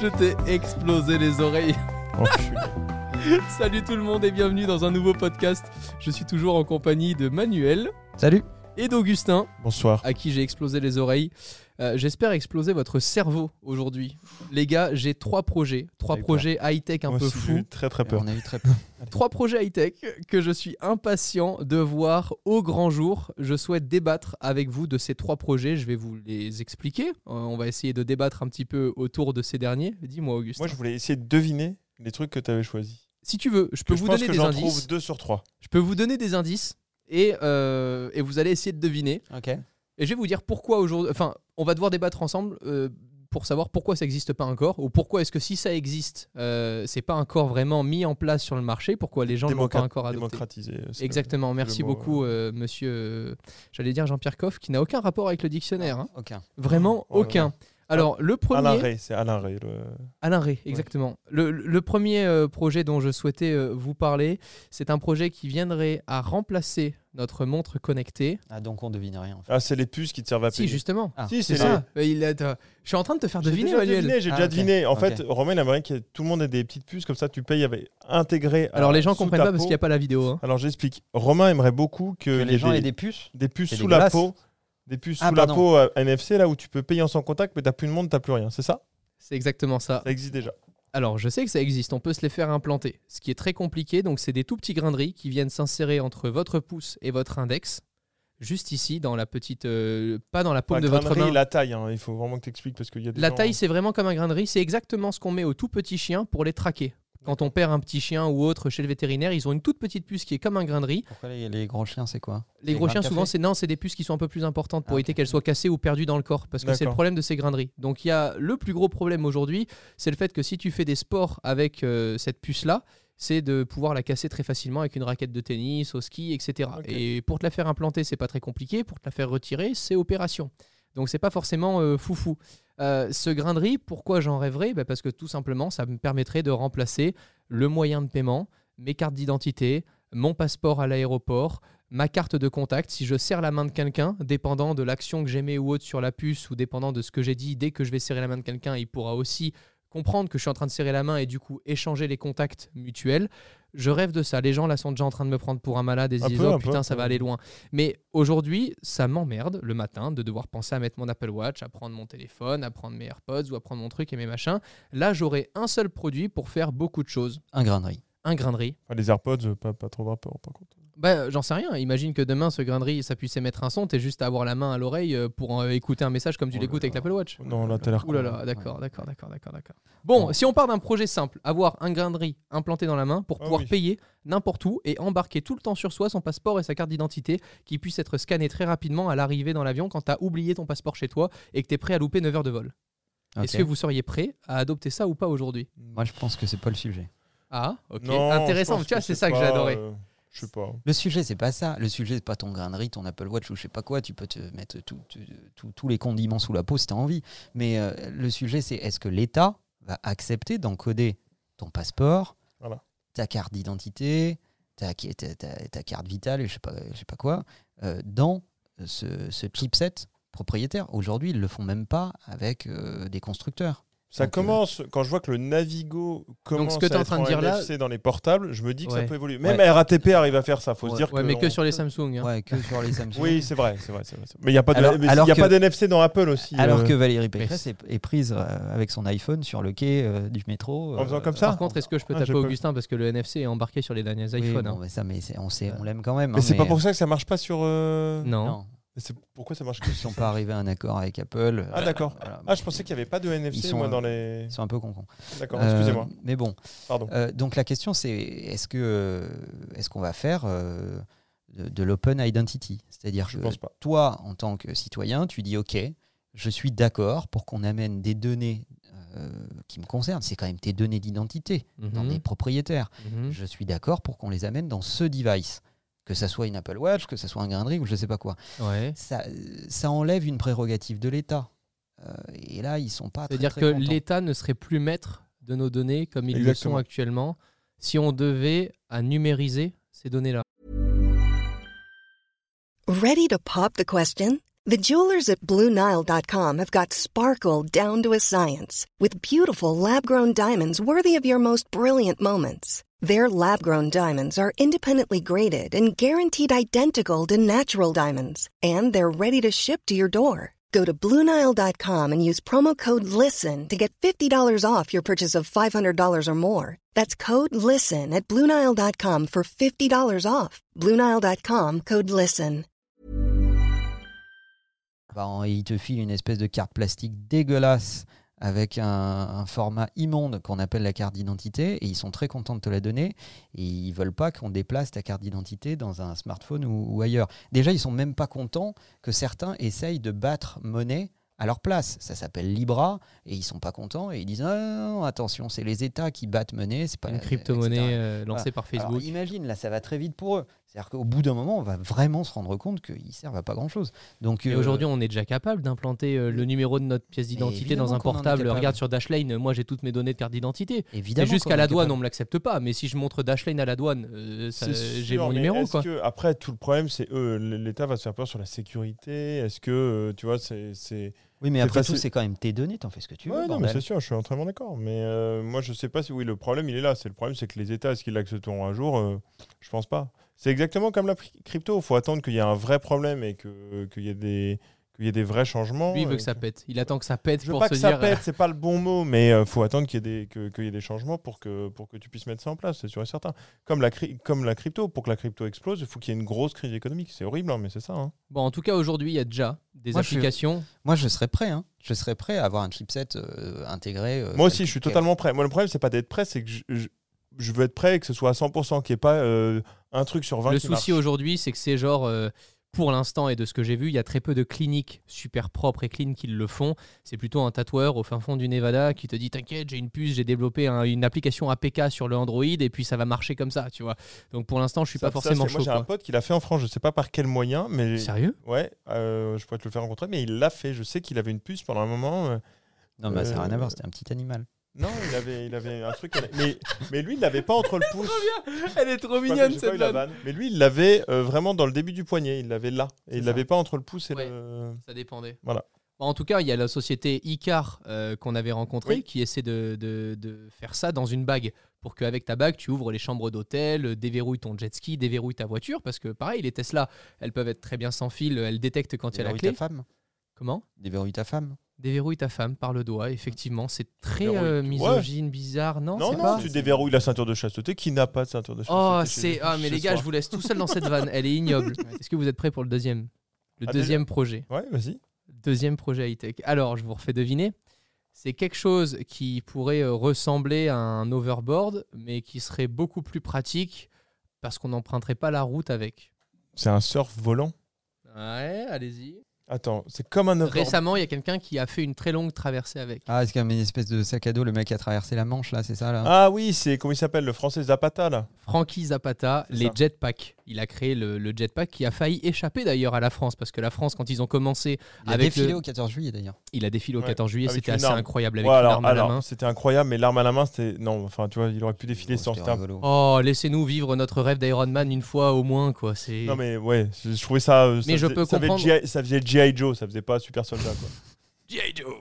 Je t'ai explosé les oreilles. Enculé. Salut tout le monde et bienvenue dans un nouveau podcast. Je suis toujours en compagnie de Manuel Salut. et d'Augustin, Bonsoir. à qui j'ai explosé les oreilles. Euh, J'espère exploser votre cerveau aujourd'hui. Les gars, j'ai trois projets. Trois J'ai projets high-tech un Moi peu aussi, j'ai fous. eu Très très peur. On a eu très peu. Trois projets high-tech que je suis impatient de voir au grand jour. Je souhaite débattre avec vous de ces trois projets. Je vais vous les expliquer. Euh, on va essayer de débattre un petit peu autour de ces derniers. Dis-moi, Augustin. Moi, je voulais essayer de deviner les trucs que tu avais choisis. Si tu veux, je peux Que vous je pense donner que des j'en indices. trouve deux sur trois. Je peux vous donner des indices et, euh, et vous allez essayer de deviner. Ok. Et je vais vous dire pourquoi aujourd'hui. Enfin, on va devoir débattre ensemble euh, pour savoir pourquoi ça n'existe pas encore ou pourquoi est-ce que si ça existe, euh, c'est pas encore vraiment mis en place sur le marché. Pourquoi les gens ne l'ont pas Démocra- encore adopté Démocratiser. euh, c'est Exactement. Merci mot, beaucoup, euh, monsieur. euh, J'allais dire Jean-Pierre Coff, qui n'a aucun rapport avec le dictionnaire. hein. Aucun. Vraiment Oh là là. aucun. Alors, le le- Alain premier. Ray, c'est Alain Ray. le- Alain Ray, exactement. Le, le premier euh, projet dont je souhaitais euh, vous parler, c'est un projet qui viendrait à remplacer notre montre connectée. Ah, donc on devine rien. En fait. Ah, c'est les puces qui te servent à Si, payer. justement. Ah, Si, C'est c'est les- ça. Mais il a- t'as- Je suis en train de te faire J'ai deviner, déjà Manuel. deviné, J'ai Ah, déjà ok. deviné. En Ok. fait, Romain, il aimerait que tout le monde ait des petites puces comme ça. Tu payes avec intégré. à- Alors, les gens sous comprennent ta pas parce peau. qu'il n'y a pas la vidéo. hein. Alors, j'explique. Romain aimerait beaucoup que, Euh, Que il y les ait gens des- aient des puces. des puces C'est sous la dégueulasse. peau. Des puces Ah, sous la pardon. peau euh, NFC, là où tu peux payer en sans contact, mais t'as plus de monde, t'as plus rien. C'est ça C'est exactement ça. Ça existe déjà. Alors, je sais que ça existe, on peut se les faire implanter. Ce qui est très compliqué, donc c'est des tout petits grains de riz qui viennent s'insérer entre votre pouce et votre index, juste ici, dans la petite. euh, pas dans la paume Pas de votre crânerie, main. La taille, hein, il faut vraiment que tu expliques parce qu'il y a des La gens- hein. taille, c'est vraiment comme un grain de riz. C'est exactement ce qu'on met aux tout petits chiens pour les traquer. Quand on perd un petit chien ou autre chez le vétérinaire, ils ont une toute petite puce qui est comme un grain de riz. Pourquoi les, les grands chiens, c'est quoi Les Des gros grains de chiens, café souvent, c'est non, c'est des puces qui sont un peu plus importantes pour Ah, éviter ok. qu'elles soient cassées ou perdues dans le corps, parce que c'est le D'accord. problème de ces grains de riz. Donc il y a le plus gros problème aujourd'hui, c'est le fait que si tu fais des sports avec euh, cette puce-là, c'est de pouvoir la casser très facilement avec une raquette de tennis, au ski, etc. Ok. Et pour te la faire implanter, c'est pas très compliqué. Pour te la faire retirer, c'est opération. Donc c'est pas forcément euh, foufou. Euh, ce grain de riz, pourquoi j'en rêverais Bah, Parce que tout simplement, ça me permettrait de remplacer le moyen de paiement, mes cartes d'identité, mon passeport à l'aéroport, ma carte de contact. Si je serre la main de quelqu'un, dépendant de l'action que j'aimais ou autre sur la puce ou dépendant de ce que j'ai dit, dès que je vais serrer la main de quelqu'un, il pourra aussi comprendre que je suis en train de serrer la main et du coup échanger les contacts mutuels. Je rêve de ça. Les gens là sont déjà en train de me prendre pour un malade et se Un disent peu, oh un peu, putain un ça peu. va aller loin. Mais aujourd'hui ça m'emmerde le matin de devoir penser à mettre mon Apple Watch, à prendre mon téléphone, à prendre mes AirPods ou à prendre mon truc et mes machins. Là j'aurai un seul produit pour faire beaucoup de choses. Un grain de riz. Un grain de riz. Enfin, les AirPods, euh, pas, pas trop de rapport par contre. Bah, j'en sais rien. Imagine que demain, ce grain de riz, ça puisse émettre un son. T'es juste à avoir la main à l'oreille euh, pour euh, écouter un message comme tu Oh là l'écoutes avec là. l'Apple Watch. Non, là, t'as l'air. Ouh là con. là, d'accord, d'accord, d'accord, d'accord, d'accord. Bon, Bon. si on part d'un projet simple, avoir un grain de riz implanté dans la main pour Ah pouvoir oui. payer n'importe où et embarquer tout le temps sur soi son passeport et sa carte d'identité qui puissent être scannés très rapidement à l'arrivée dans l'avion quand t'as oublié ton passeport chez toi et que t'es prêt à louper 9 heures de vol. Ok. Est-ce que vous seriez prêt à adopter ça ou pas aujourd'hui Moi, je pense que c'est pas le sujet. Ah, ok. Non, je Intéressant, pense tu vois, c'est ça que j'ai pas, adoré. euh, je sais pas. Le sujet, c'est pas ça. Le sujet, c'est pas ton grain de riz, ton Apple Watch ou je sais pas quoi. Tu peux te mettre tout- tout- tout- tous les condiments sous la peau si t'as envie. Mais euh, le sujet, c'est est-ce que l'État va accepter d'encoder ton passeport, Voilà. ta carte d'identité, ta, qui- ta- ta- ta carte vitale et je sais pas, je sais pas quoi, euh, dans ce, ce chipset propriétaire. Aujourd'hui, ils le font même pas avec euh, des constructeurs. Ça Donc, euh, commence, quand je vois que le Navigo commence ce que t'es à en être train de dire là- NFC dans les portables, je me dis que Ouais. ça peut évoluer. Même Ouais. RATP arrive à faire ça, faut se Ouais. dire Ouais, mais que on- sur les Samsung. hein. Ouais, que sur les Samsung. Oui, c'est vrai, c'est vrai, c'est vrai, c'est vrai. Mais il n'y a pas de- Alors- mais alors y a que- pas d'NFC dans Apple aussi. Alors euh, que Valérie Pécresse est, est prise euh, avec son iPhone sur le quai euh, du métro. En faisant comme ça Par contre, est-ce que je peux Ah, taper j'ai pas vu. Augustin parce que le NFC est embarqué sur les derniers Oui, iPhones bon, hein. mais ça, mais c'est- on sait- on l'aime quand même. Mais hein, c'est pas mais, pour ça que ça marche pas sur. euh, Non. euh, mais c'est- Pourquoi ça marche Ils sont pas arrivés à un accord avec Apple. euh, Ah, d'accord. Voilà. Ah, je pensais qu'il n'y avait pas de NFC, sont, moi, euh, dans les. Ils sont un peu concons. D'accord, Euh, excusez-moi, mais bon, pardon. Euh, donc la question c'est est-ce que est-ce qu'on va faire euh, de, de l'open identity, c'est-à-dire Je que pense pas. toi en tant que citoyen, tu dis ok, je suis d'accord pour qu'on amène des données euh, qui me concernent, c'est quand même tes données d'identité dans Mhm, des propriétaires. mhm. Je suis d'accord pour qu'on les amène dans ce device, que ça soit une Apple Watch, que ça soit un grain de riz ou je sais pas quoi. Ouais. Ça, euh, ça enlève une prérogative de l'État. Euh, et là, ils sont pas. très, C'est-à-dire très que contents. l'État ne serait plus maître de nos données comme ils le Exactement. sont actuellement si on devait à numériser ces données-là. Ready to pop the question? The jewelers at BlueNile.com have got sparkle down to a science with beautiful lab grown diamonds worthy of your most brilliant moments. Their lab grown diamonds are independently graded and guaranteed identical to natural diamonds, and they're ready to ship to your door. Go to BlueNile.com and use promo code LISTEN to get $50 off your purchase of $500 or more. That's code LISTEN at BlueNile.com for $50 off. BlueNile.com code LISTEN. Bah, en- il te file une espèce de carte plastique dégueulasse avec un, un format immonde qu'on appelle la carte d'identité et ils sont très contents de te la donner et ils veulent pas qu'on déplace ta carte d'identité dans un smartphone ou, ou ailleurs. Déjà, ils sont même pas contents que certains essayent de battre monnaie à leur place. Ça s'appelle Libra et ils sont pas contents et ils disent Ah, non, non, attention, c'est les États qui battent monnaie, c'est pas Une euh, etc. crypto-monnaie euh, lancée par Alors, Facebook. imagine, là, ça va très vite pour eux. C'est-à-dire qu'au bout d'un moment, on va vraiment se rendre compte qu'ils servent à pas grand-chose. Donc Et euh, aujourd'hui, on est déjà capable d'implanter euh, le numéro de notre pièce d'identité évidemment dans un qu'on en est portable. capable. Regarde sur Dashlane, moi j'ai toutes mes données de carte d'identité. évidemment C'est juste qu'on qu'à est la douane, capable. on me l'accepte pas. Mais si je montre Dashlane à la douane, euh, ça- C'est j'ai sûr, mon mais numéro. est-ce Quoi. que- après, tout le problème, c'est eux, l'État va se faire peur sur la sécurité. Est-ce que, euh, tu vois, c'est. c'est- Oui, mais C'est après tout, facile. c'est quand même tes données, t'en fais ce que tu veux. Ouais, non, mais bordel. c'est sûr, je suis entièrement d'accord. Mais euh, moi, je sais pas si. Oui, le problème, il est là. C'est le problème, c'est que les États, est-ce qu'ils l'accepteront un jour Euh, Je pense pas. C'est exactement comme la pri- crypto. Il faut attendre qu'il y ait un vrai problème et que- qu'il y ait des. Qu'il y ait des vrais changements. Lui, il veut euh, que ça pète. Il attend que ça pète Je veux pour pas se que dire. euh, ça pète, c'est pas le bon mot, mais il faut attendre qu'il y, ait des- que- qu'il y ait des changements pour que, pour que tu puisses mettre ça en place, c'est sûr et certain. Comme la, cri- comme la crypto, pour que la crypto explose, il faut qu'il y ait une grosse crise économique. C'est horrible, hein, mais c'est ça. hein. Bon, en tout cas, aujourd'hui, il y a déjà des Moi, je suis- applications. Moi, je serais prêt. hein. Je serais prêt à avoir un chipset euh, intégré. euh, Moi aussi, je suis tel- totalement prêt. Moi, le problème, c'est pas d'être prêt, c'est que je, je- je veux être prêt et que ce soit à 100%, qu'il n'y ait pas euh, un truc sur 20 Le qui souci marche. aujourd'hui, c'est que c'est genre. euh, pour l'instant et de ce que j'ai vu, il y a très peu de cliniques super propres et clean qui le font. C'est plutôt un tatoueur au fin fond du Nevada qui te dit T'inquiète, j'ai une puce, j'ai développé un- une application APK sur le Android et puis ça va marcher comme ça, tu vois. Donc pour l'instant, je suis Ça- pas ça, forcément c'est- chaud. Moi, j'ai un quoi. pote qui l'a fait en France, je sais pas par quel moyen, mais Sérieux ouais, euh, je pourrais te le faire rencontrer, mais il l'a fait. Je sais qu'il avait une puce pendant un moment. euh, Non, mais ça n'a rien à Euh, voir. C'était un petit animal. Non, il avait, il avait un truc. Mais, mais lui, il l'avait pas entre le pouce. Elle est trop Je sais pas, j'ai pas eu la vanne. Mais lui, il l'avait euh, vraiment dans le début du poignet. Il l'avait là. Et C'est il ça. l'avait pas entre le pouce et Ouais. le. Ça dépendait. Voilà. Bon, en tout cas, il y a la société Icar euh, qu'on avait rencontrée Oui. qui essaie de, de- de faire ça dans une bague pour qu'avec ta bague, tu ouvres les chambres d'hôtel, euh, déverrouilles ton jet ski, déverrouilles ta voiture. Parce que pareil, les Tesla, elles peuvent être très bien sans fil, elles détectent quand il y a la Déverrouille clé. ta femme. Comment Déverrouille ta femme. Déverrouille ta femme par le doigt, effectivement. C'est très Déverrouille- euh, Ouais. misogyne, bizarre, non Non, c'est non, pas tu déverrouilles la ceinture de chasteté. Qui n'a pas de ceinture de chasteté Oh, chez- c'est. Ah, mais chez les gars, soi. je vous laisse tout seul dans cette vanne. Elle est ignoble. Est-ce que vous êtes prêts pour le deuxième Le Ah, déjà deuxième projet Ouais, vas-y. Deuxième projet high-tech. Alors, je vous refais deviner. C'est quelque chose qui pourrait euh, ressembler à un overboard, mais qui serait beaucoup plus pratique parce qu'on n'emprunterait pas la route avec. C'est un surf volant. Ouais, allez-y. Attends, c'est comme un overboard. Récemment, il y a quelqu'un qui a fait une très longue traversée avec. Ah, c'est comme une espèce de sac à dos. Le mec qui a traversé la Manche, là, c'est ça là. Ah oui, c'est comment il s'appelle le français Zapata là. Frankie Zapata, C'est les ça. jetpacks. Il a créé le, le jetpack qui a failli échapper d'ailleurs à la France parce que la France, quand ils ont commencé, Il a avec défilé le- au 14 juillet d'ailleurs. il a défilé au Ouais, 14 juillet. avec C'était une assez arme. incroyable avec Ouais, une alors, arme à alors, la main. c'était incroyable, mais l'arme à la main, c'était non. Enfin, tu vois, il aurait pu défiler sans. C'était c'était un- rigolo. Oh, laissez-nous vivre notre rêve d'Iron Man une fois au moins, quoi. C'est. Non mais ouais, je, je trouvais ça. euh, ça Mais je faisait- peux ça faisait comprendre. G.I. ça faisait GI Joe, ça faisait pas Super Soldat. Quoi. G.I. Joe.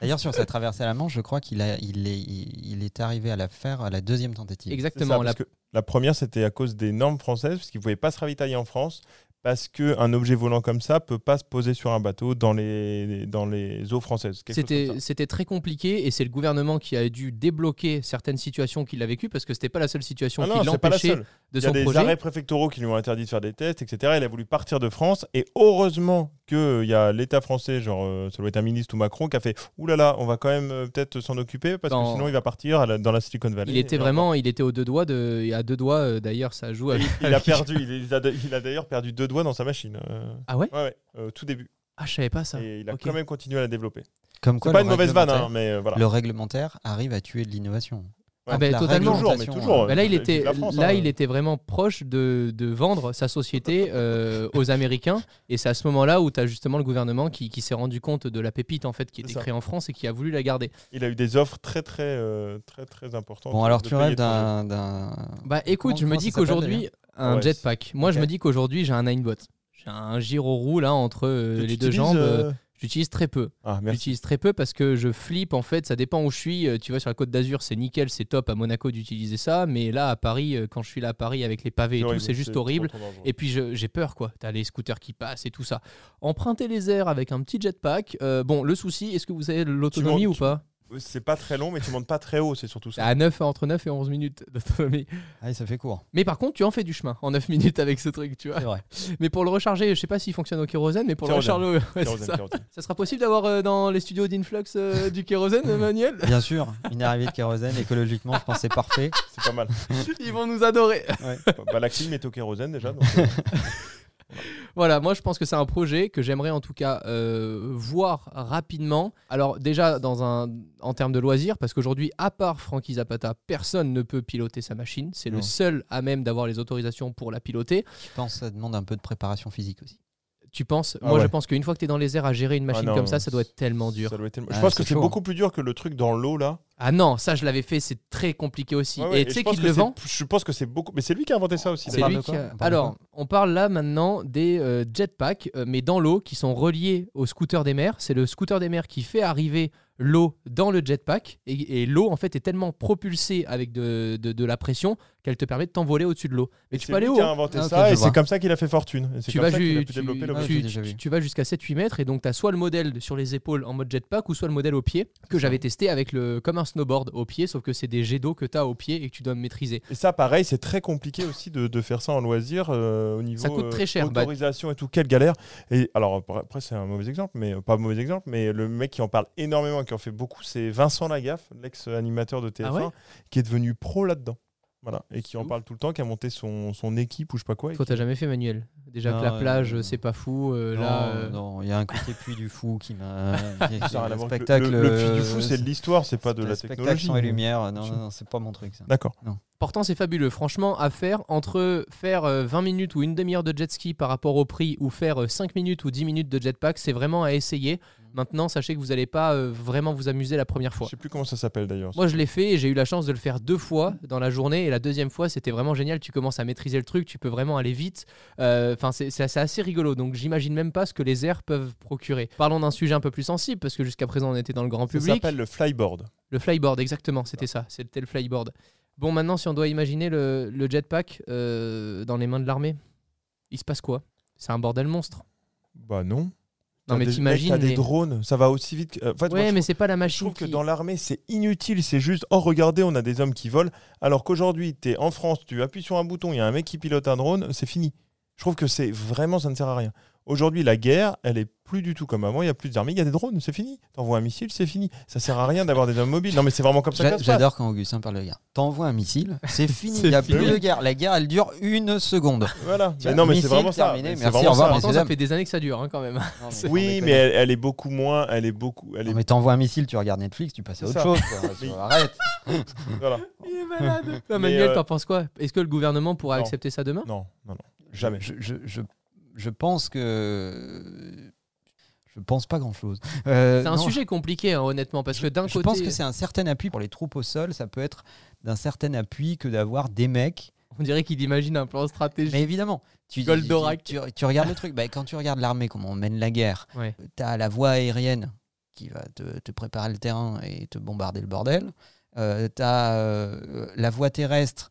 D'ailleurs, sur sa traversée à la Manche, je crois qu'il a- il est, il il est arrivé à la faire à la deuxième tentative. C'est ça, Exactement. la- parce que la première, c'était à cause des normes françaises, parce qu'ils ne pouvaient pas se ravitailler en France, parce qu'un objet volant comme ça peut pas se poser sur un bateau dans les, dans les eaux françaises. quelque chose C'était comme ça. c'était très compliqué et c'est le gouvernement qui a dû débloquer certaines situations qu'il a vécues parce que c'était pas la seule situation Ah qui non, c'est pas la l'empêchait seule. de Il y a son des projet. arrêts préfectoraux qui lui ont interdit de faire des tests, etc. Il a voulu partir de France, et heureusement qu'il y a l'État français, genre euh, ça doit être un ministre ou Macron, qui a fait « Ouh là là, on va quand même euh, peut-être s'en occuper, parce Dans- que sinon il va partir à la- dans la Silicon Valley. » Il était Et vraiment, il était aux deux doigts de, et à deux doigts euh, d'ailleurs, ça joue. Il, avec- il a perdu, il a, il a d'ailleurs perdu deux doigts dans sa machine. euh, Ah ouais ouais, ouais, euh, tout début. Ah, je savais pas ça. Et il a Ok. quand même continué à la développer. Comme C'est quoi, pas le une mauvaise vanne, hein, réglementaire- mais euh, voilà. Le réglementaire arrive à tuer de l'innovation. Ah Quand ben, la totalement. Toujours, mais réglementation, toujours. euh, Bah là, il Vive était, la France, là, hein. il était vraiment proche de, de vendre sa société euh, aux Américains. Et c'est à ce moment-là où tu as justement le gouvernement qui, qui s'est rendu compte de la pépite en fait qui C'est était ça. créée en France et qui a voulu la garder. Il a eu des offres très très euh, très très importantes. Bon, alors de tu pays rêves étrangers. d'un. d'un- Bah écoute, Comment- je me comment dis ça s'appelle, qu'aujourd'hui, un Ouais, jetpack. Moi, je ok. me dis qu'aujourd'hui, j'ai un Ninebot. J'ai J'ai un gyro roue là entre euh, Que les tu deux utilises, jambes. euh, euh, J'utilise très peu. Ah, merci. J'utilise très peu parce que je flippe. En fait, ça dépend où je suis. Euh, Tu vois, sur la côte d'Azur, c'est nickel, c'est top à Monaco d'utiliser ça. Mais là, à Paris, euh, quand je suis là à Paris avec les pavés et tout, horrible, c'est juste horrible. trop, trop dangereux. Et puis je- j'ai peur quoi, t'as les scooters qui passent et tout ça. Emprunter les airs avec un petit jetpack, euh, bon le souci, est-ce que vous avez l'autonomie Tu ou montes- pas C'est pas très long, mais tu montes pas très haut, c'est surtout ça. À 9, entre 9 et 11 minutes d'autonomie. Allez, Ah ça fait court. Mais par contre tu en fais du chemin en 9 minutes avec ce truc, tu vois. C'est vrai. Mais pour le recharger, je sais pas s'il fonctionne au kérosène, mais pour le Kérosène. recharger, au- ouais, c'est Kérosène, ça. kérosène. ça sera possible d'avoir euh, dans les studios d'Influx euh, du kérosène, Manuel Bien sûr, une arrivée de kérosène, écologiquement, je pense que c'est parfait. C'est pas mal. Ils vont nous adorer. bah, la clim est au kérosène déjà. donc, euh, Voilà, moi je pense que c'est un projet que j'aimerais en tout cas euh, voir rapidement. Alors déjà dans un, en termes de loisirs, parce qu'aujourd'hui, à part Frankie Zapata, personne ne peut piloter sa machine. C'est le Non. seul à même d'avoir les autorisations pour la piloter. Je pense que ça demande un peu de préparation physique aussi. Tu penses Ah Moi je ouais. Ah pense qu'une fois que tu es dans les airs à gérer une machine non, comme ça, ça doit être tellement dur. ça doit être tellement- Ah, je pense c'est que c'est hein. chaud, beaucoup plus dur que le truc dans l'eau là. Ah non, ça je l'avais fait, c'est très compliqué aussi. Ouais, ouais, et tu sais je pense qu'il que le c'est- vend Ah, Je pense que c'est beaucoup. Mais c'est lui qui a inventé ça aussi. On C'est d'ailleurs. parle lui de quoi qui a- On parle de Alors, on parle là maintenant des euh, jetpacks, euh, mais dans l'eau, qui sont reliés au scooter des mers. C'est le scooter des mers qui fait arriver l'eau dans le jetpack. Et, et l'eau, en fait, est tellement propulsée avec de, de- de la pression qu'elle te permet de t'envoler au-dessus de l'eau. Mais tu C'est peux aller lui haut. qui a hein. inventé Ah, ok, ça je et vois. c'est comme ça qu'il a fait fortune. Et C'est Tu comme vas, ça qu'il ju- a pu tu- développer le tu- Ah, projet. j'ai déjà tu- vu. tu vas jusqu'à 7-8 mètres et donc tu as soit le modèle sur les épaules en mode jetpack ou soit le modèle au pied que j'avais testé avec le comme un snowboard au pied sauf que c'est des jets d'eau que tu as au pied et que tu dois maîtriser. Et ça, pareil, c'est très compliqué aussi de, de faire ça en loisir euh, au niveau coûte euh, très cher, bah- autorisation et tout. Quelle galère Et alors après, après, c'est un mauvais exemple, mais pas un mauvais exemple, mais le mec qui en parle énormément, et qui en fait beaucoup, c'est Vincent Lagaffe, l'ex-animateur de TF1, Ah ouais qui est devenu pro là-dedans. Voilà, et qui en ouf. parle tout le temps, qui a monté son, son équipe ou je sais pas quoi. et Toi t'as jamais fait manuel. Déjà que Non, la plage euh, c'est pas fou euh, Non, là euh, non, il y a un côté puits du fou qui m'a. qui- qui- ça a rien à le voir avec le- spectacle. le, le Puy du euh, fou, c'est de l'histoire, c'est pas de la spectacle technologie. son et lumière. Non, Bien non, sûr. Bah, non, c'est pas mon truc. Ça. D'accord. Pourtant, c'est fabuleux. Franchement, à faire, entre faire euh, 20 minutes ou une demi-heure de jet ski par rapport au prix ou faire euh, 5 minutes ou 10 minutes de jetpack, c'est vraiment à essayer. Mm. Maintenant, sachez que vous n'allez pas euh, vraiment vous amuser la première Je fois. sais plus comment ça s'appelle d'ailleurs. Moi, je l'ai fait et j'ai eu la chance de le faire deux fois dans la journée. Et la deuxième fois, c'était vraiment génial. Tu commences à maîtriser le truc, tu peux vraiment aller vite. Euh, Enfin, c'est- c'est assez- assez rigolo. Donc, j'imagine même pas ce que les airs peuvent procurer. Parlons d'un sujet un peu plus sensible parce que jusqu'à présent, on était dans le grand Ça public. s'appelle le flyboard. Le flyboard, exactement, c'était ça. C'était le flyboard. Bon, maintenant, si on doit imaginer le, le jetpack euh, dans les mains de l'armée, il se passe quoi C'est un bordel monstre. Bah non. Non, T'as mais des- mec, t'imagines. T'as des les- drones, ça va aussi vite. que- en fait, moi, Ouais, je mais c'est pas la Je machine. trouve que qui- dans l'armée, c'est inutile, c'est juste oh regardez, on a des hommes qui volent, alors qu'aujourd'hui, tu es en France, tu appuies sur un bouton, il y a un mec qui pilote un drone, c'est fini. Je trouve que c'est vraiment ça ne sert à rien. Aujourd'hui, la guerre, elle est plus du tout comme avant, il y a plus d'armées, il y a des drones, c'est fini. T'envoies un missile, c'est fini. Ça sert à rien d'avoir des hommes mobiles. Non mais c'est vraiment comme ça J'a- que ça se passe. J'adore quand Augustin parle de guerre. T'envoies un missile, c'est fini. C'est Il n'y a fini. plus de guerre. La guerre, elle dure une seconde. Voilà. Tiens, Mais non mais c'est missile vraiment ça. terminé, Mais c'est merci, vraiment au revoir, ça. Pourtant, ça mesdames. fait des années que ça dure, hein, quand même. Oui, mais elle, elle est beaucoup moins, elle est beaucoup, elle Non, est mais t'envoies un missile, tu regardes Netflix, tu passes à C'est autre ça. chose. quoi. Mais- Arrête. voilà. Il est malade. Mais, Manuel, euh, t'en penses quoi Est-ce que le gouvernement pourra Non. accepter ça demain Non, non, non, jamais. Je, je, je, je pense que. Je pense pas grand chose. Euh, C'est un non, sujet compliqué, hein, honnêtement, parce que d'un côté. Je pense que c'est un certain appui pour les troupes au sol. Ça peut être d'un certain appui que d'avoir des mecs. On dirait qu'il imagine un plan Mais stratégique. évidemment, tu, tu- Goldorak. tu, tu regardes le truc. Bah, quand tu regardes l'armée, comment on mène la guerre, Ouais. tu as la voie aérienne qui va te, te préparer le terrain et te bombarder le bordel. tu as la voie terrestre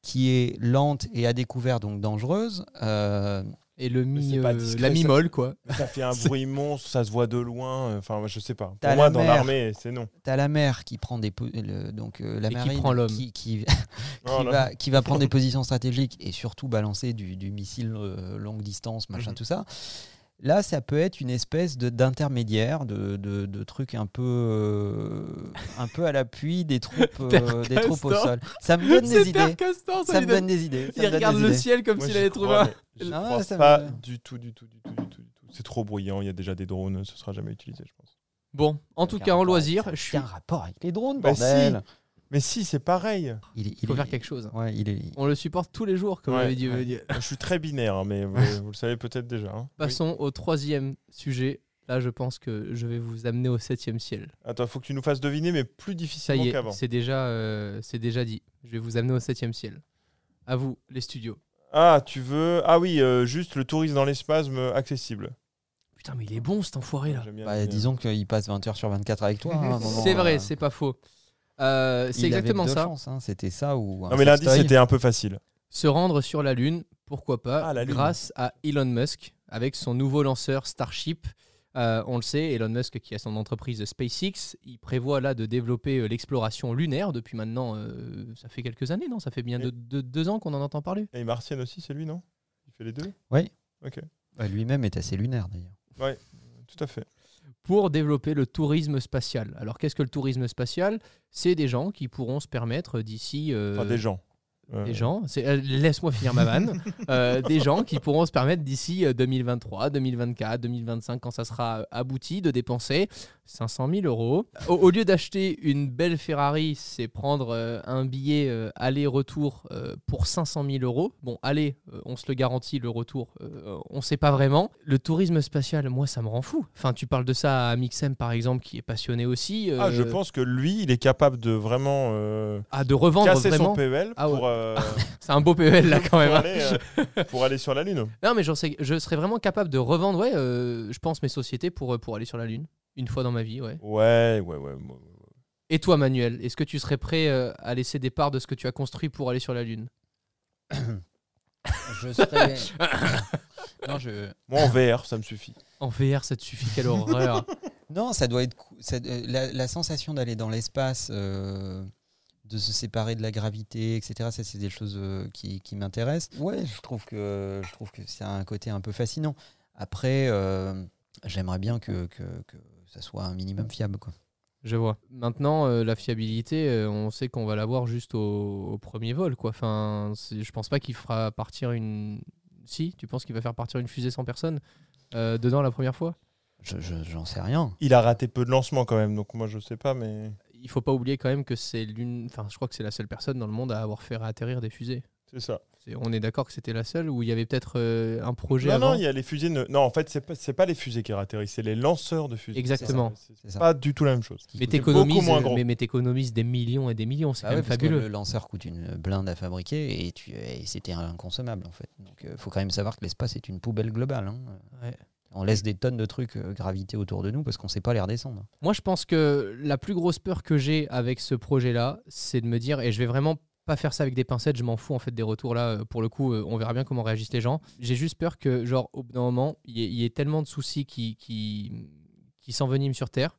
qui est lente et à découvert, donc dangereuse. Euh, Et le Mais mi, c'est pas euh, discret, la mi ça. molle, quoi. Mais ça fait un bruit monstre, ça se voit de loin. Enfin, moi, je sais pas. T'as Pour moi, la dans mer. l'armée, c'est non. T'as la mer qui prend des po- le- donc euh, la Et qui marine prend l'homme. qui, qui- qui Oh là là. va qui va prendre des positions stratégiques et surtout balancer du, du missile euh, longue distance machin Mhm. tout ça. Là, ça peut être une espèce de d'intermédiaire de, de, de truc un peu euh, un peu à l'appui des troupes euh, Terre des troupes au Castor. sol. Ça me donne des C'est Terre idées. Castor, ça Ça lui me donne- donne des idées. ça Il me donne regarde des le idées. ciel comme Moi, s'il j'y avait trouvé crois, un. mais j'y Ah ouais, crois ça pas me- du tout, du tout, du tout, du tout, du tout. C'est trop bruyant. Il y a déjà des drones. Ce sera jamais utilisé, je pense. Bon, en tout cas, en loisir, je suis. un rapport avec les drones, Bah si. bordel. Mais si, c'est pareil. Il, est- Il faut est- faire quelque chose. hein. Ouais, il est. On le supporte tous les jours, comme Ouais, avait dit ouais. Olivier. je suis très binaire, hein, mais vous, vous le savez peut-être déjà. hein. Passons au troisième sujet. Là, je pense que je vais vous amener au septième ciel. Oui. Attends, faut que tu nous fasses deviner, mais plus Ça difficilement y qu'avant. est, c'est déjà, euh, c'est déjà dit. Je vais vous amener au septième ciel. À vous, les studios. Ah, tu veux. Ah oui, euh, juste le tourisme dans l'espace euh, accessible. Putain, mais il est bon cet enfoiré là. J'aime bien Bah, l'idée. disons qu'il passe 20 heures sur 24 avec toi. hein, à un moment, C'est vrai, euh, c'est pas faux. Euh, il c'est avait exactement deux ça. chances, hein, C'était ça ou. un Non, mais lundi, sextoy. c'était un peu facile. Se rendre sur la Lune, pourquoi pas, Ah, la Lune. grâce à Elon Musk avec son nouveau lanceur Starship. Euh, on le sait, Elon Musk qui a son entreprise SpaceX, il prévoit là de développer euh, l'exploration lunaire depuis maintenant, euh, ça fait quelques années, non Ça fait bien de, de- deux ans qu'on en entend parler. Et Martienne aussi, c'est lui, non Il fait les deux Bah, Lui-même est assez lunaire d'ailleurs. Tout à fait. pour développer le tourisme spatial. Alors qu'est-ce que le tourisme spatial C'est des gens qui pourront se permettre d'ici euh, Enfin, des gens. Euh, des gens, c'est- euh, laisse-moi finir ma vanne, Euh, des gens qui pourront se permettre d'ici euh, 2023, 2024, 2025, quand ça sera euh, abouti, de dépenser 500 000 euros. Au, au lieu d'acheter une belle Ferrari, c'est prendre euh, un billet euh, aller-retour euh, pour 500 000 euros. Bon, allez, euh, on se le garantit, le retour, euh, on sait pas vraiment. Le tourisme spatial, moi, ça me rend fou. Enfin, tu parles de ça à Mixem, par exemple, qui est passionné aussi. Ah, je euh, pense que lui, il est capable de vraiment euh, Ah, de revendre casser vraiment. son PEL Ah ouais. pour, euh, C'est un beau PEL, là, quand pour même. hein. aller, euh, pour aller sur la Lune. Non, mais j'en sais- je serais vraiment capable de revendre, ouais, euh, je pense, mes sociétés pour, euh, pour aller sur la Lune. Une fois dans ma vie, ouais. Ouais, ouais, ouais. moi, Et toi, Manuel, est-ce que tu serais prêt euh, à laisser des parts de ce que tu as construit pour aller sur la Lune Je serais. non, je. Moi, en VR, ça me suffit. En VR, ça te suffit, quelle horreur Non, ça doit être cou- ça- euh, la, la sensation d'aller dans l'espace, euh, de se séparer de la gravité, etc. Ça, c'est des choses euh, qui, qui m'intéressent. Ouais, je trouve que je trouve que c'est un côté un peu fascinant. Après, euh, j'aimerais bien que, que, que ça soit un minimum fiable, quoi. Je vois. Maintenant, euh, la fiabilité, euh, on sait qu'on va l'avoir juste au, au premier vol, quoi. Enfin, c'est- je pense pas qu'il fera partir une... Si, tu penses qu'il va faire partir une fusée sans personne euh, dedans la première fois Je je- j'en sais rien. Il a raté peu de lancements quand même, donc moi, je sais pas, mais Il faut pas oublier quand même que c'est l'une... Enfin, je crois que c'est la seule personne dans le monde à avoir fait atterrir des fusées. c'est ça. C'est- on est d'accord que c'était la seule où il y avait peut-être euh, un projet Non, avant. non, il y a les fusées. ne- Non, en fait, c'est pas, c'est pas les fusées qui atterrissent, c'est les lanceurs de fusées. Exactement. C'est ça, C'est c'est ça. pas du tout la même chose. mais coûtait t'économises, beaucoup moins Ah gros. mais, mais t'économises des millions et des millions, c'est Bah quand ouais, même parce que fabuleux. le lanceur coûte une blinde à fabriquer et, tu- et c'était inconsommable en fait. Donc, euh, faut quand même savoir que l'espace est une poubelle globale. hein. Ouais. On laisse des tonnes de trucs euh, graviter autour de nous parce qu'on sait pas les redescendre. Moi, je pense que la plus grosse peur que j'ai avec ce projet-là, c'est de me dire, et je vais vraiment pas faire ça avec des pincettes, je m'en fous en fait des retours là. euh, Pour le coup, euh, on verra bien comment réagissent les gens. J'ai juste peur que, genre, au bout d'un moment, il y, ait- il y ait tellement de soucis qui, qui, qui s'enveniment sur Terre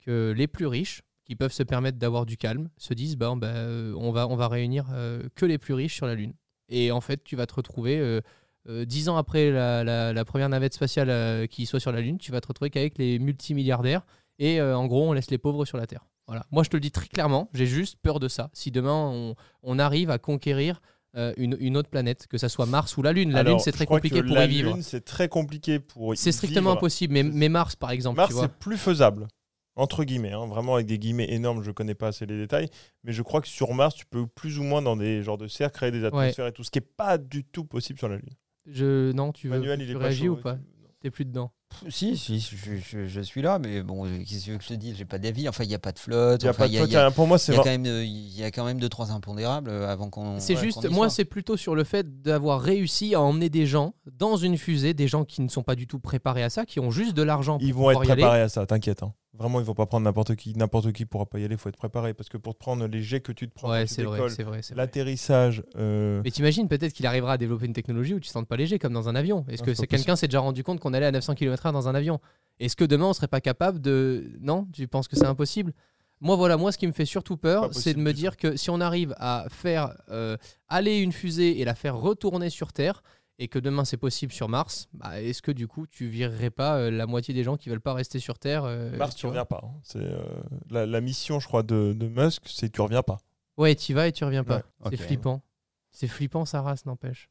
que les plus riches, qui peuvent se permettre d'avoir du calme, se disent, bah, bah, euh, on, va, on va réunir euh, que les plus riches sur la Lune. Et en fait, tu vas te retrouver. euh, euh, Dix ans après la, la- la première navette spatiale euh, qui soit sur la Lune, tu vas te retrouver qu'avec les multimilliardaires et euh, en gros on laisse les pauvres sur la terre. Voilà. Moi je te le dis très clairement, j'ai juste peur de ça. Si demain on, on arrive à conquérir euh, une, une autre planète, que ça soit Mars ou la Lune, la Alors, Lune c'est je très crois compliqué que pour la y vivre. Lune, c'est très compliqué pour y C'est strictement vivre. impossible, mais, C'est- mais Mars par exemple, Mars, tu c'est vois. plus faisable. Entre guillemets, hein, vraiment avec des guillemets énormes, je connais pas assez les détails, mais je crois que sur Mars, tu peux plus ou moins dans des genres de cercles créer des atmosphères et tout, ce qui est pas du tout possible sur la Lune. Je... Non, tu, veux, Manuel, tu il est pas réagis chaud, ou pas ouais. T'es plus dedans. Si, si, je, je- je suis là, mais bon, euh, qu'est-ce que tu veux que je te dise J'ai pas d'avis. Enfin, il n'y a pas de flotte. Il y a enfin, pas de il y a- faute, il y a- hein, pour moi, il c'est y a quand vrai. même, euh, il y a quand même deux trois impondérables euh, avant qu'on. C'est ouais, qu'on juste, y moi soit. c'est plutôt sur le fait d'avoir réussi à emmener des gens dans une fusée, des gens qui ne sont pas du tout préparés à ça, qui ont juste de l'argent pour Ils vont pouvoir être y aller. préparés à ça, t'inquiète. hein. Vraiment, ils vont pas prendre n'importe qui. N'importe qui pourra pas y aller, faut être préparé. Parce que pour te prendre les jets que tu te prends, quand Ouais, tu c'est vrai, décolles, c'est vrai, c'est vrai. l'atterrissage, euh, Mais t'imagines peut-être qu'il arrivera à développer une technologie où tu te sens pas léger comme dans un avion. Est-ce Non, que Ah, c'est c'est pas quelqu'un s'est déjà rendu compte qu'on allait à 900 km/h dans un avion Est-ce que demain on serait pas capable de Non, tu penses que c'est impossible Moi voilà, moi ce qui me fait surtout Pas peur, possible c'est de me du dire que si on arrive à faire euh, aller une fusée et la faire retourner sur Terre et que demain c'est possible sur Mars, bah, est-ce que du coup tu virerais pas euh, la moitié des gens qui veulent pas rester sur Terre euh, Mars, tu tu vois reviens pas. hein. C'est euh, la, la mission, je crois, de, de Musk, c'est tu reviens pas. Ouais, tu vas et tu reviens pas. Ouais, C'est ok. flippant. C'est flippant sa race n'empêche.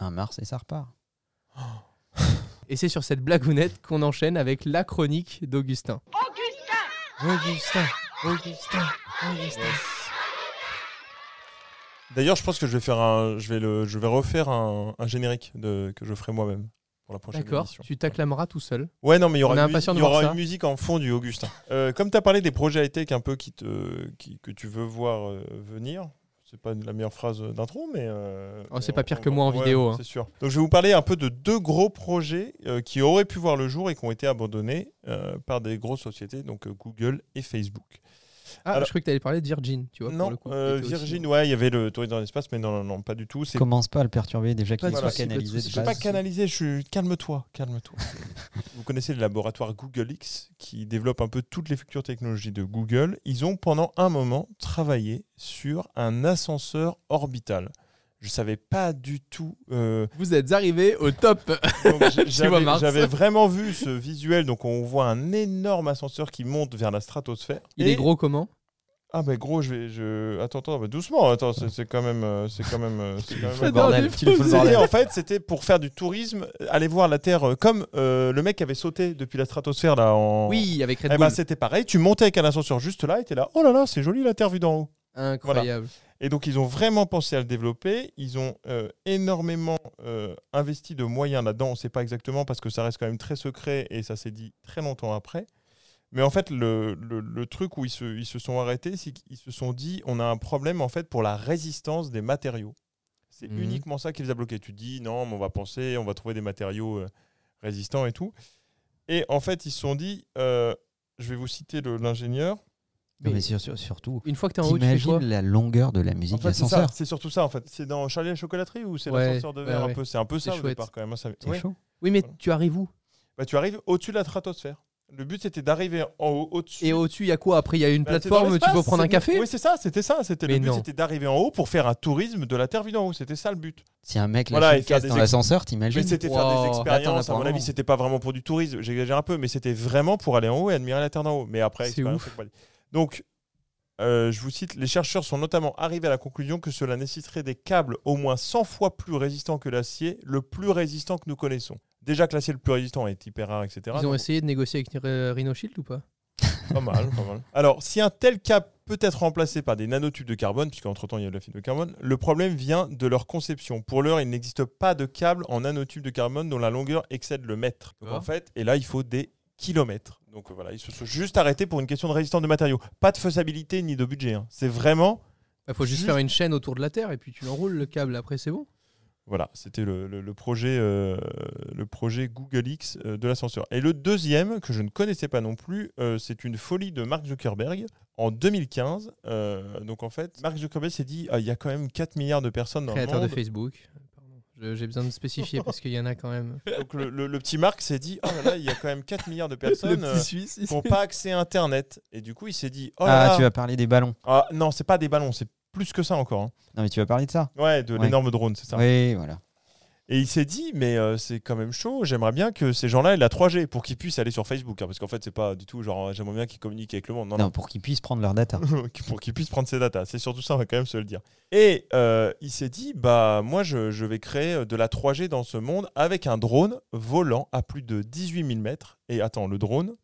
Un Mars et ça repart. Et c'est sur cette blagounette qu'on enchaîne avec la chronique d'Augustin. Augustin Augustin Augustin D'ailleurs, je pense que je vais faire un, je vais le, je vais refaire un, un générique de, que je ferai moi-même pour la prochaine D'accord, émission. tu t'acclameras tout seul. Ouais, non, mais il y On est aura, une, impatient de musique, il y voir aura ça. une musique en fond du Augustin. Euh, comme tu as parlé des projets high-tech un peu qui te, qui- que tu veux voir euh, venir, c'est- c'est pas la meilleure phrase d'intro, mais. euh, Oh, mais c'est pas on- pire on- que moi en ouais, vidéo, hein. C'est sûr. Donc, je vais vous parler un peu de deux gros projets euh, qui auraient pu voir le jour et qui ont été abandonnés euh, par des grosses sociétés, donc euh, Google et Facebook. Ah, Alors- je croyais que tu allais parler de Virgin, tu vois. pour non, le coup, qui euh, était aussi- hein. Virgin, ouais, il y avait le touriste dans l'espace, mais non, non, non, pas du tout. C'est Commence pas à le perturber déjà Pas qu'il de soit souci, pas de canalisé. souci. de Je ne Bah, pas base. canaliser, je suis... calme-toi, calme-toi. Vous connaissez le laboratoire Google X qui développe un peu toutes les futures technologies de Google. Ils ont pendant un moment travaillé sur un ascenseur orbital. Je ne savais pas du tout. euh, Vous êtes arrivés au top. donc j- vois J'avais Mars. j'avais vraiment vu ce visuel. Donc on voit un énorme ascenseur qui monte vers la stratosphère. Il Et- est gros comment Ah ben gros, je vais... Je... Attends, attends, bah, doucement. Attends, c'est c'est quand même... euh, C'est quand même... euh, c'est quand même Fais le bordel, J'adore tu le fais le les C'était- bordel. en fait, c'était pour faire du tourisme, aller voir la Terre euh, comme euh, le mec qui avait sauté depuis la stratosphère là en. Oui, avec Red Eh ben, Bull. c'était pareil. Tu montais avec un ascenseur juste là, et t'es là. Oh là là, c'est joli la Terre vue d'en haut. Incroyable. Et donc, ils ont vraiment pensé à le développer. Ils ont euh, énormément euh, investi de moyens là-dedans. On ne sait pas exactement parce que ça reste quand même très secret et ça s'est dit très longtemps après. Mais en fait, le, le- le truc où ils se, ils se sont arrêtés, c'est qu'ils se sont dit on a un problème en fait pour la résistance des matériaux. C'est Mhm. uniquement ça qui les a bloqués. Tu te dis non, mais on va penser, on va trouver des matériaux euh, résistants et tout. Et en fait, ils se sont dit euh, je vais vous citer le- l'ingénieur. Non, mais sur- sur- surtout, Une fois que t'es en haut, tu fais quoi t'imagines la longueur de la En musique fait, c'est ça, d'ascenseur. c'est surtout ça en fait. C'est dans Charlie et la chocolaterie ou c'est Ouais, l'ascenseur de ouais, verre ouais. un peu C'est un peu ça C'est au chouette. départ quand même. hein, ça- C'est ouais. chaud. Oui, mais Voilà. tu arrives où Bah, tu arrives au-dessus de la stratosphère. Le but c'était d'arriver en haut, au-dessus. Et au-dessus, il y a quoi Après, il y a une Bah, c'est dans plateforme, tu l'espace, peux prendre un c'est- café Oui, c'est ça, c'était ça. C'était le Mais but, non. c'était d'arriver en haut pour faire un tourisme de la Terre vue d'en haut. C'était ça le but. Si un mec Voilà, lâche et une faire caisse des dans ex- l'ascenseur, Mais t'imagines c'était Wow. faire des Attends, là, expériences. pour à mon un avis, moment. c'était pas vraiment pour du tourisme. J'exagère un peu, mais c'était vraiment pour aller en haut et admirer la Terre d'en haut. Mais après, C'est expérience, ouf. c'est pas dit. Donc, euh, je vous cite les chercheurs sont notamment arrivés à la conclusion que cela nécessiterait des câbles au moins 100 fois plus résistants que l'acier, le plus résistant que nous connaissons. Déjà que l'acier le plus résistant est hyper rare, etc. Ils Donc, ont essayé de négocier avec Re- Rhino Shield ou pas pas mal, pas mal. Alors, si un tel câble peut être remplacé par des nanotubes de carbone, puisqu'entre-temps il y a de la fibre de carbone, le problème vient de leur conception. Pour l'heure, il n'existe pas de câble en nanotubes de carbone dont la longueur excède le mètre. Donc, en D'accord. fait, et là, il faut des kilomètres. Donc euh, voilà, ils se sont juste arrêtés pour une question de résistance de matériaux. Pas de faisabilité ni de budget. hein. C'est vraiment... Il Bah, faut juste, Juste- faire une chaîne autour de la Terre et puis tu l'enroules le câble. Après, c'est bon. Voilà, c'était le, le- le projet, euh, le projet Google X euh, de l'ascenseur. Et le deuxième, que je ne connaissais pas non plus, euh, c'est une folie de Mark Zuckerberg en 2015. euh, donc en fait, Mark Zuckerberg s'est dit Ah, il y a quand même 4 milliards de personnes dans Créateur le de monde. Facebook. Pardon. Je- J'ai besoin de spécifier parce qu'il y en a quand même. Donc le, le- le petit Mark s'est dit Oh là là, il y a quand même 4 milliards de personnes euh, Suisse. qui n'ont pas accès à Internet. Et du coup, il s'est dit Oh là Ah, là, tu vas parler des ballons. ah, non, c'est pas des ballons, c'est plus que ça encore. hein. Non, mais tu vas parler de ça. Ouais, de Ouais. l'énorme drone, c'est ça. Oui, voilà. Et il s'est dit, mais euh, c'est quand même chaud, j'aimerais bien que ces gens-là aient la 3G pour qu'ils puissent aller sur Facebook. hein, parce qu'en fait, c'est pas du tout genre, euh, j'aimerais bien qu'ils communiquent avec le monde. Non, Non, pour qu'ils puissent prendre leur data. non. pour qu'ils puissent prendre ces datas. C'est surtout ça, on va quand même se le dire. Et euh, il s'est dit, bah moi, je, je vais créer euh, de la 3G dans ce monde avec un drone volant à plus de 18 000 mètres. Et attends, le drone,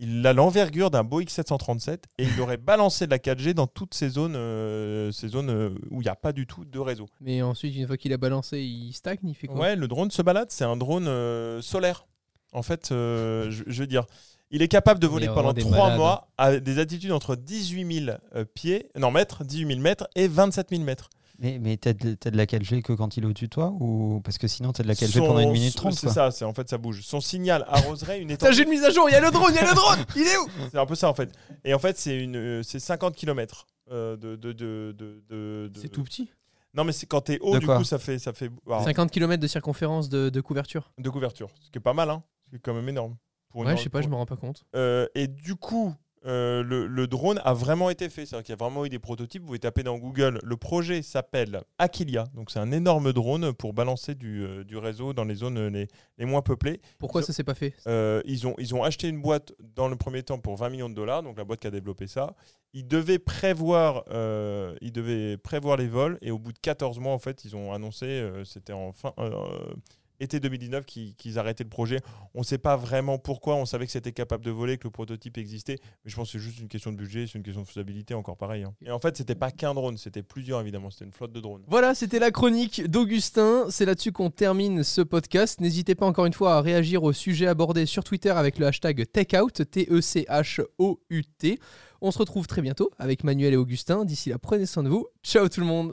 il a l'envergure d'un Boeing 737 et il aurait balancé de la 4G dans toutes ces zones, euh, ces zones euh, où il n'y a pas du tout de réseau. Mais ensuite, une fois qu'il a balancé, il stagne, il fait quoi Ouais, le drone se balade, c'est un drone euh, solaire. En fait, euh, je, je veux dire, il est capable de Mais voler vraiment pendant des 3 malades. mois à des altitudes entre 18 000 euh, pieds, non mètres, 18 000 mètres et 27 000 mètres. Mais, mais t'as de, t'as de la 4G que quand il est au-dessus de toi ou... Parce que sinon, t'as de la 4G Son- pendant une minute trente. C'est quoi. ça, c'est en fait ça bouge. Son signal arroserait une Putain, étendue. j'ai une mise à jour, il y a le drone, il y a le drone Il est où C'est un peu ça en fait. Et en fait, c'est une, euh, c'est 50 km. de, de, de, de- de- de- C'est tout petit. Non mais c'est quand t'es haut De du quoi coup ça fait ça fait alors, 50 km de circonférence de, de couverture. de couverture, ce qui est pas mal hein, c'est quand même énorme. Pour une Ouais, or- je sais pas, pour- je me rends pas compte. Euh, et du coup, euh, le, le drone a vraiment été fait. C'est-à-dire qu'il y a vraiment eu des prototypes. Vous pouvez taper dans Google. Le projet s'appelle Aquilia. Donc, c'est un énorme drone pour balancer du, euh, du réseau dans les zones euh, les, les moins peuplées. Pourquoi Sur- ça s'est pas fait Euh, ils, ont, ils ont acheté une boîte dans le premier temps pour 20 millions de dollars. Donc, la boîte qui a développé ça. Ils devaient prévoir, euh, ils devaient prévoir les vols. Et au bout de 14 mois, en fait, ils ont annoncé, euh, c'était en fin. euh, été 2019 qu'ils qu'ils arrêtaient le projet. On ne sait pas vraiment pourquoi. On savait que c'était capable de voler, que le prototype existait. Mais je pense que c'est juste une question de budget, c'est une question de faisabilité, encore pareil. hein. Et en fait, c'était pas qu'un drone, c'était plusieurs, évidemment. C'était une flotte de drones. Voilà, c'était la chronique d'Augustin. C'est là-dessus qu'on termine ce podcast. N'hésitez pas encore une fois à réagir au sujet abordé sur Twitter avec le hashtag E TechOut, T-E-C-H-O-U-T. On se retrouve très bientôt avec Manuel et Augustin. D'ici là, prenez soin de vous. Ciao tout le monde.